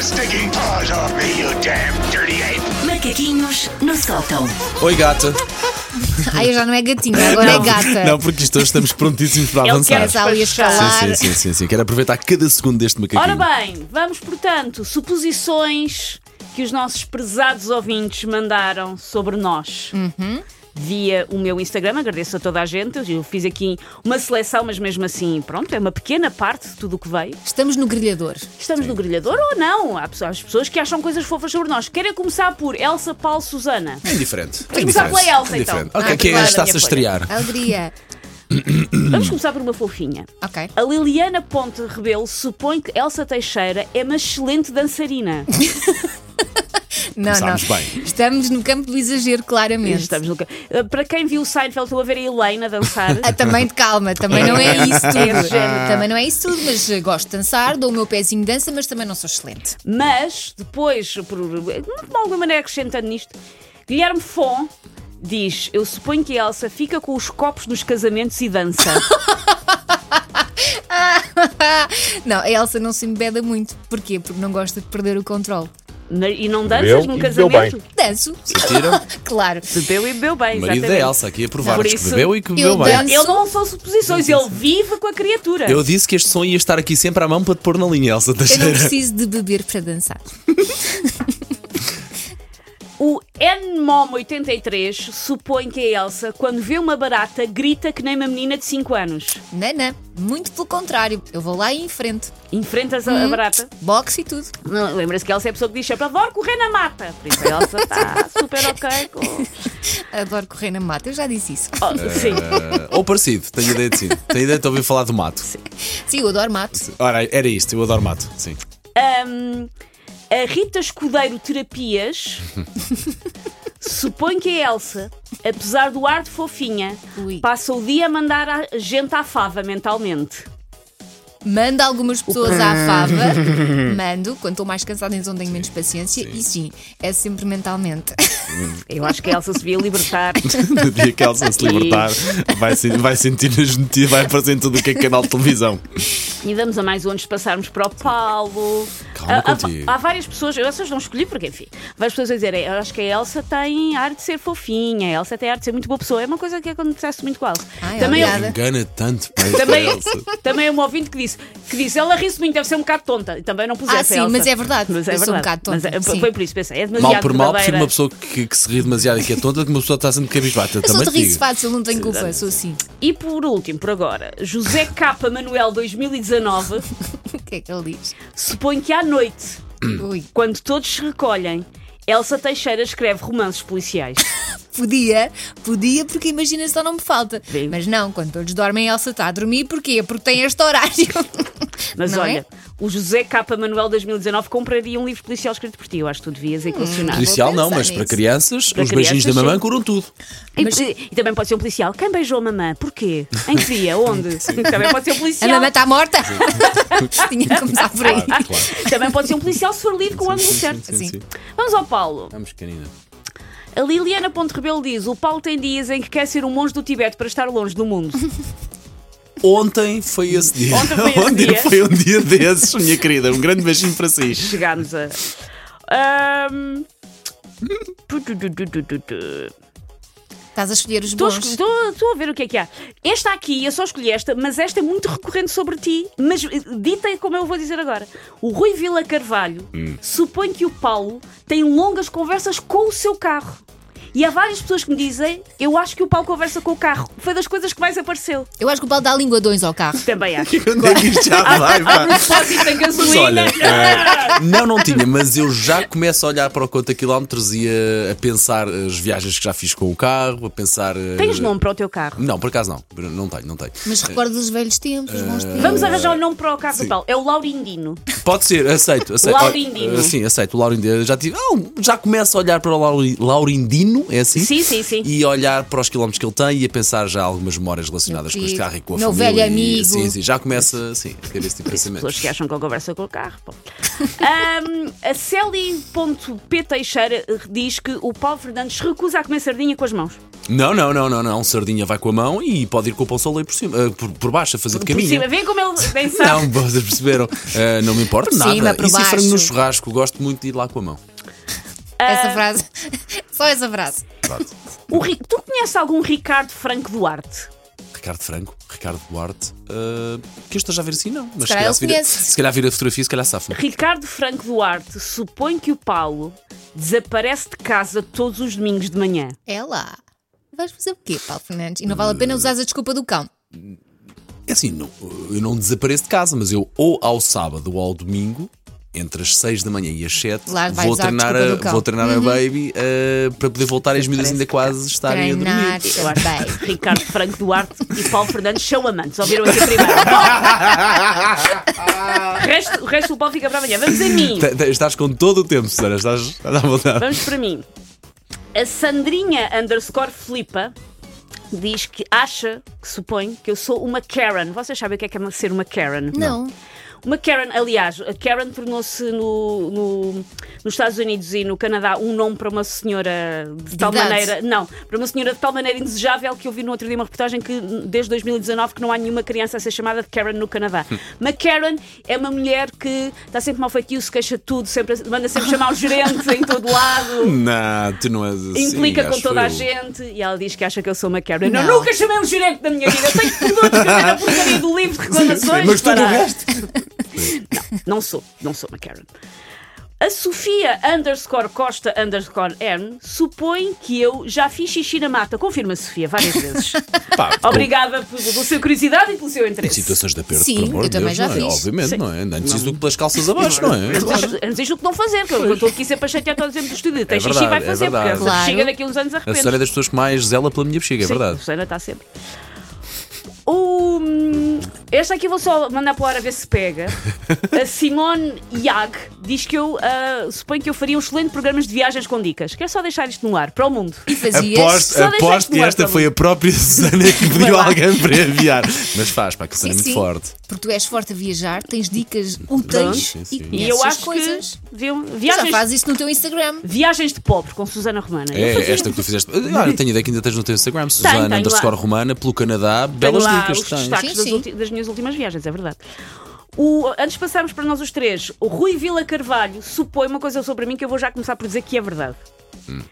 sticking paws off me, you damn dirty ape! Macaquinhos no sótão. Oi, gata. Ai, eu já não é gatinho, agora é gata. Não, porque isto hoje estamos prontíssimos para Ele avançar. quer Mas há ali a escalar. Sim, sim, sim, sim, sim. Quero aproveitar cada segundo deste Ora macaquinho. bem, vamos portanto, suposições que os nossos prezados ouvintes mandaram sobre nós. Via o meu Instagram, agradeço a toda a gente. Eu fiz aqui uma seleção, mas mesmo assim, pronto, é uma pequena parte de tudo o que veio. Estamos no grelhador. Estamos no grelhador ou não? Há pessoas- as pessoas que acham coisas fofas sobre nós. Querem começar por Elsa Paulo Susana. É indiferente. Vamos começar pela Elsa, então. Ah, Ok, é Ah, que claro, está-se a minha estrear. Alegria. Vamos começar por uma fofinha. Ok. A Liliana Ponte Rebelo supõe que Elsa Teixeira é uma excelente dançarina. Não, Começámos não. bem. Estamos no campo do exagero, claramente. Estamos no ca- Eh, Para quem viu o Seinfeld, estou a ver a Helena dançar. Ah, também de calma, também não é isso Esse tudo. género. também não é isso tudo, mas eh, gosto de dançar, dou o meu pezinho de dança, mas também não sou excelente. Mas, depois, por, de alguma maneira acrescentando nisto, Guilherme Fon diz: Eu suponho que a Elsa fica com os copos nos casamentos e dança. não, a Elsa não se embeda muito. Porquê? Porque não gosta de perder o controle. Na- e não danças Bebeu num e bebeu casamento? Danço. Sentiram? claro. Bebeu e bebeu bem, O marido da exatamente. Elsa aqui a provar Por que isso, bebeu e que bebeu eu bem. danço. Ele não são suposições, ele vive com a criatura. Eu disse que este som ia estar aqui sempre à mão para te pôr na linha, Elsa Eu não Teixeira. preciso de beber para dançar. O NMOM83 supõe que a Elsa, quando vê uma barata, grita que nem uma menina de 5 anos. Nana, muito pelo contrário. Eu vou lá e enfrento. Enfrentas a, a barata. Boxe e tudo. Não, Lembra-se que a Elsa é a pessoa que diz sempre: Vou correr na mata. Por isso a Elsa está super ok com. Adoro correr na mata, eu já disse isso. Oh, sim. Eh, Ou parecido, tenho ideia de sim. Tenho ideia de ouvir falar do mato. Sim, eu adoro mato. Ora, era isto, eu adoro mato. Sim. Ahm, a Rita Escudeiro Terapias supõe que a Elsa, apesar do ar de fofinha, Ui. passa o dia a mandar a gente à fava mentalmente. Manda algumas pessoas à fava. Mando, quando estou mais cansada, então tenho menos paciência. E sim, é sempre mentalmente. Eu acho que a Elsa se via libertar. No dia que a Elsa se libertar, vai, sen- vai sentir as notícias, vai aparecer em tudo o que é canal de televisão. E vamos a mais um antes de passarmos para o Paulo. Ah, Calma Há- há- contigo. Há, várias pessoas, eu essas não escolhi porque, enfim, várias pessoas a dizer, eu acho que a Elsa tem ar de ser fofinha, a Elsa tem ar de ser muito boa pessoa. É uma coisa que acontece muito com a Elsa. Ai, também, obrigada. é, Engana tanto, pai. também, Elsa. também é um ouvinte que disse, que disse, ela ri-se muito, deve ser um bocado tonta. E também não pusesse Ah, sim, a Elsa. mas é verdade, Mas é eu sou um verdade. bocado tonta, Mas é- sim. foi por isso, pensei, é demasiado Mal por mal, verdadeira. prefiro uma pessoa que, que se ri demasiado e que é tonta do que uma pessoa que está sempre cabisbata. Eu sou Também de te riso digo. fácil, não tenho culpa, sou assim. E por último, por agora, José K. Manuel 2019 O que é que ele diz? supõe que à noite, Ui, quando todos se recolhem, Elsa Teixeira escreve romances policiais. podia, podia, porque imaginação não me falta. Sim. Mas não, quando todos dormem, a Elsa está a dormir, porquê? Porque tem este horário. Mas Não é? olha, o José K. Manuel 2019 compraria um livro policial escrito por ti. Eu acho que tu devias Hum. é colecionar. Policial Vou não, pensar mas nisso. para crianças, é Para os beijinhos crianças, da mamãe sim. curam tudo. E, e também pode ser um policial. Quem beijou a mamã? Porquê? Em que dia? Onde? também pode ser um A policial. mamãe está morta? Tinha que começar por aí. Ah, Também pode ser um policial se for lido com o ângulo certo. Sim. Vamos ao Paulo. Vamos, pequenina. A Liliana Ponte Rebelo diz: O Paulo tem dias em que quer ser um monge do Tibete para estar longe do mundo. Ontem foi esse dia. Ontem foi esse Ontem dia. foi um dia desses, minha querida. Um grande beijinho para si. Chegámos a. Ahm. Tu, tu, tu, tu, tu, tu, tu. Estás a escolher os Estou a bons. escol- Estou estou a ver o que é que há. Esta aqui, eu só escolhi esta, mas esta é muito recorrente sobre ti, mas eh, dita como eu vou dizer agora. O Rui Vila Carvalho Hum. supõe que o Paulo tem longas conversas com o seu carro. E há várias pessoas que me dizem, eu acho que o Paulo conversa com o carro. Foi das coisas que mais apareceu. Eu acho que o Paulo dá linguadões ao carro. Também acho. Onde é que isto já vai, A pá? propósito em Mas gasolina. olha, eh, não, não tinha, mas eu já começo a olhar para o conta quilómetros e a, a pensar as viagens que já fiz com o carro, a pensar. eh, Tens nome para o teu carro? Não, por acaso não. Não tenho, não tenho. Mas recordo dos velhos tempos, os bons tempos. Vamos arranjar um nome para o carro do Paulo. É o Laurindino. Pode ser, aceito, aceito. Laurindino. Olha, eh, Sim, aceito. O Laurindino. Já, tive, ah, já começo a olhar para o Lauri- Laurindino, é assim? Sim, sim, sim. E a olhar para os quilómetros que ele tem e a pensar já algumas memórias relacionadas Meu com este querido, carro e com a meu família. velho e- amigo. Sim, sim. Já começa sim, a ter esse tipo de pensamento. Pessoas que acham que eu conversa com o carro. pô. Ahm, a eh, Celi.p Teixeira diz que o Paulo Fernandes recusa a comer sardinha com as mãos. Não, não, não, não, não. Sardinha vai com a mão e pode ir com o pão solei por cima, eh, por, por baixo a fazer de Por caminho. cima. Vê como ele bem sabe. Não, vocês perceberam. Eh, não me importa Por nada. cima, por Isso e frango no baixo. churrasco, gosto muito de ir lá com a mão. Ah. Essa frase. Só essa frase. O Ri- Tu conheces algum Ricardo Franco Duarte? Ricardo Franco, Ricardo Duarte, eh, que eu esteja a ver assim, não. Mas se, calhar calhar ele se, vira, conhece. se calhar vir a fotografia, se calhar safo. Ricardo Franco Duarte supõe que o Paulo desaparece de casa todos os domingos de manhã. É lá. Vais fazer o quê, Paulo Fernandes? E não vale a pena usar a desculpa do cão. É assim, não- eu não desapareço de casa, mas eu ou ao sábado ou ao domingo, entre as 6 da manhã e as 7, Lá vais vou à treinar, desculpa do a, cão. Uhum. vou treinar a baby eh, para poder voltar e as miúdas ainda quase estarem Tá a Treinar. dormir. Eu acho Bem. que Ricardo Franco Duarte e Paulo Fernandes são amantes. Ouviram aqui primeiro? o, resto, o resto do Paulo fica para amanhã. Vamos a mim. Te- te- Estás com todo o tempo, Susana, estás, estás à vontade. Vamos para mim. A Sandrinha underscore Flipa diz que acha, que supõe, que eu sou uma Karen. Vocês sabem o que é, que é ser uma Karen? Não. Uma Karen, aliás, a Karen tornou-se no, no- nos Estados Unidos e no Canadá um nome para uma senhora de tal idade. maneira. Não, para uma senhora de tal maneira indesejável que eu vi no outro dia uma reportagem que desde 2019 que não há nenhuma criança a ser chamada de Karen no Canadá. Hum. Uma Karen é uma mulher que está sempre mal feitio, se queixa de tudo, sempre, manda sempre chamar o gerente em todo lado. Não, tu não és assim. Implica com acho toda a eu. gente e ela diz que acha que eu sou uma Karen. Não, Não. nunca chamei um gerente da minha vida. Eu tenho tudo a escrever a porcaria do livro de reclamações. Mas tudo o para- resto. não sou, não sou uma Karen. A Sofia underscore Costa underscore N supõe que eu já fiz xixi na mata. Confirma, Sofia, várias vezes. Pá, Obrigada pelo- pela sua curiosidade e pelo seu Em interesse. situações de aperto, Sim, por amor de eu Deus, também já não é? fiz. Obviamente, Sim. não é? Antes disso do que pelas calças abaixo, não é? Claro. Antes diz o que não fazer, que eu estou aqui sempre a chatear toda a gente do estúdio. Tem xixi, verdade, vai é fazer, porque verdade. ela chega Claro. daqui a uns anos A senhora é arrepende. das pessoas que mais zela pela minha bexiga, é verdade. Susana está tá sempre. O, hum, este aqui vou só mandar para o ar a ver se pega. A Simone Yag diz que eu ah, suponho que eu faria um excelente programa de viagens com dicas. Quero só deixar isto no ar, para o mundo. E é fazias. Aposto, Só deixa aposto que explorar esta também. foi a própria Susana que Vai pediu lá. alguém para enviar. Mas faz, pá, que a Susana é Sim, muito sim. forte. Porque tu és forte a viajar, tens dicas úteis Sim, sim. e E conheces E eu as acho coisas. que deviam- Tu Já viagens, fazes isso no teu Instagram. viagens de pobre com Susana Romana. Eu É fazia- esta que tu fizeste. Ah, eu tenho ideia que ainda tens no teu Instagram, tenho Susana lá. underscore romana, pelo Canadá. Tenho Belas lá dicas os que tens. destaques Sim, das, sim. ulti- das minhas últimas viagens, é verdade. O- antes de passarmos para nós os três, o Rui Vila Carvalho supõe uma coisa sobre mim que eu vou já começar por dizer que é verdade. Hum.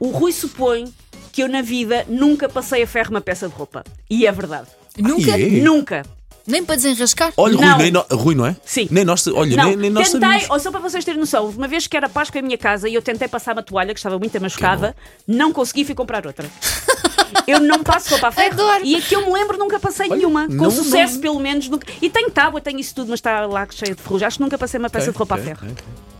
O Rui supõe que eu na vida nunca passei a ferro uma peça de roupa. E é verdade. Nunca. é? Sim. Nunca. Nem para desenrascar. Olha, Rui, Não. nem no- Rui, não é? Sim. Nem nós, olha, Não, nem, nem nós tentei, sabíamos. ou só para vocês terem noção, houve uma vez que era Páscoa em minha casa e eu tentei passar uma toalha que estava muito amascada, não consegui, fui comprar outra. Eu não passo roupa a ferro Adoro. e aqui eu me lembro nunca passei nenhuma. Com não- sucesso, não- pelo menos. Nunca. E tenho tábua, tenho isso tudo, mas está lá cheio de ferrugem. Acho que nunca passei uma peça de roupa a ferro.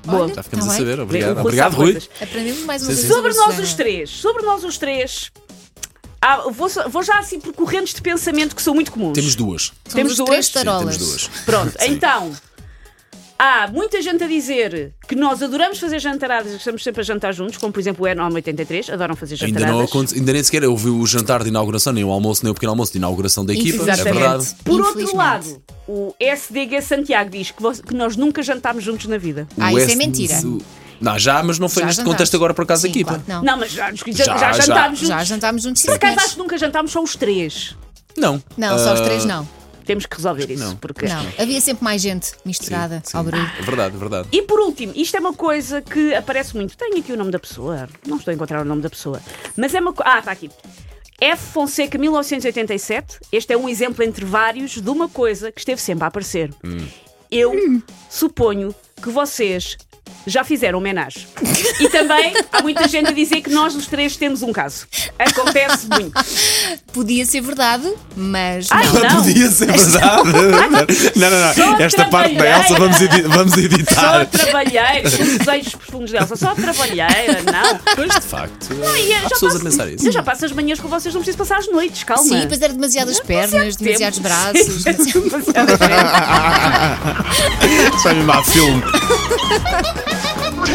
Boa. Olha, Já ficamos tá a bem. saber, obrigado. Rui Obrigado, sabe Rui. coisas. Aprendemos mais uma Sim, coisa. sim. Sobre nós os Susana. três, sobre nós os três. Ah, vou, só- vou já assim por correntes de pensamento que são muito comuns. Temos duas. Somos Temos os duas? três Sim, Sim, tarolas. temos duas. Pronto, então. Há muita gente a dizer que nós adoramos fazer jantaradas, que estamos sempre a jantar juntos, como por exemplo o Enorme 83, adoram fazer Ainda, jantaradas. não aconte- ainda nem sequer ouvi o jantar de inauguração, nem o almoço, nem o pequeno almoço de inauguração da equipa. É Exatamente. verdade. Por Infelizmente. outro lado, o SDG Santiago diz que, vo- que nós nunca jantámos juntos na vida. Ah, O isso é S- mentira. o- Não, já, mas não foi Já neste jantámos. contexto agora por acaso da Sim, equipa. claro que não. Não, mas já, nos- já, Já, já já. jantámos juntos. Já jantámos juntos. sim, Por acaso senhores. acho que nunca jantámos só os três. Não. Não, só os Ah, três não. Temos que resolver isso. Não. Porque... Não. Havia sempre mais gente misturada sim. ao barulho. É verdade, é verdade. E por último, isto é uma coisa que aparece muito. Tenho aqui o nome da pessoa. Não estou a encontrar o nome da pessoa. Mas é uma coisa. Ah, está aqui. F. Fonseca, 1987. Este é um exemplo entre vários de uma coisa que esteve sempre a aparecer. Eu suponho que vocês já fizeram homenagem. E também há muita gente a dizer que nós os três temos um caso. Acontece muito. Podia ser verdade, mas. Ai, não. Não. Podia ser verdade. não, não, não. Só Esta parte da Elsa trabalhei. vamos, edi- vamos Só editar. trabalheira, com desejos profundos dela. Só trabalheira, não. Pois de facto. E eu Há já pessoas a passo- pensar isso. Eu já passo as manhãs com vocês, não preciso passar as noites, calma. Sim, pois era demasiadas pernas, Tempo. demasiados braços. demasiado- Vai é mesmo a filme. Take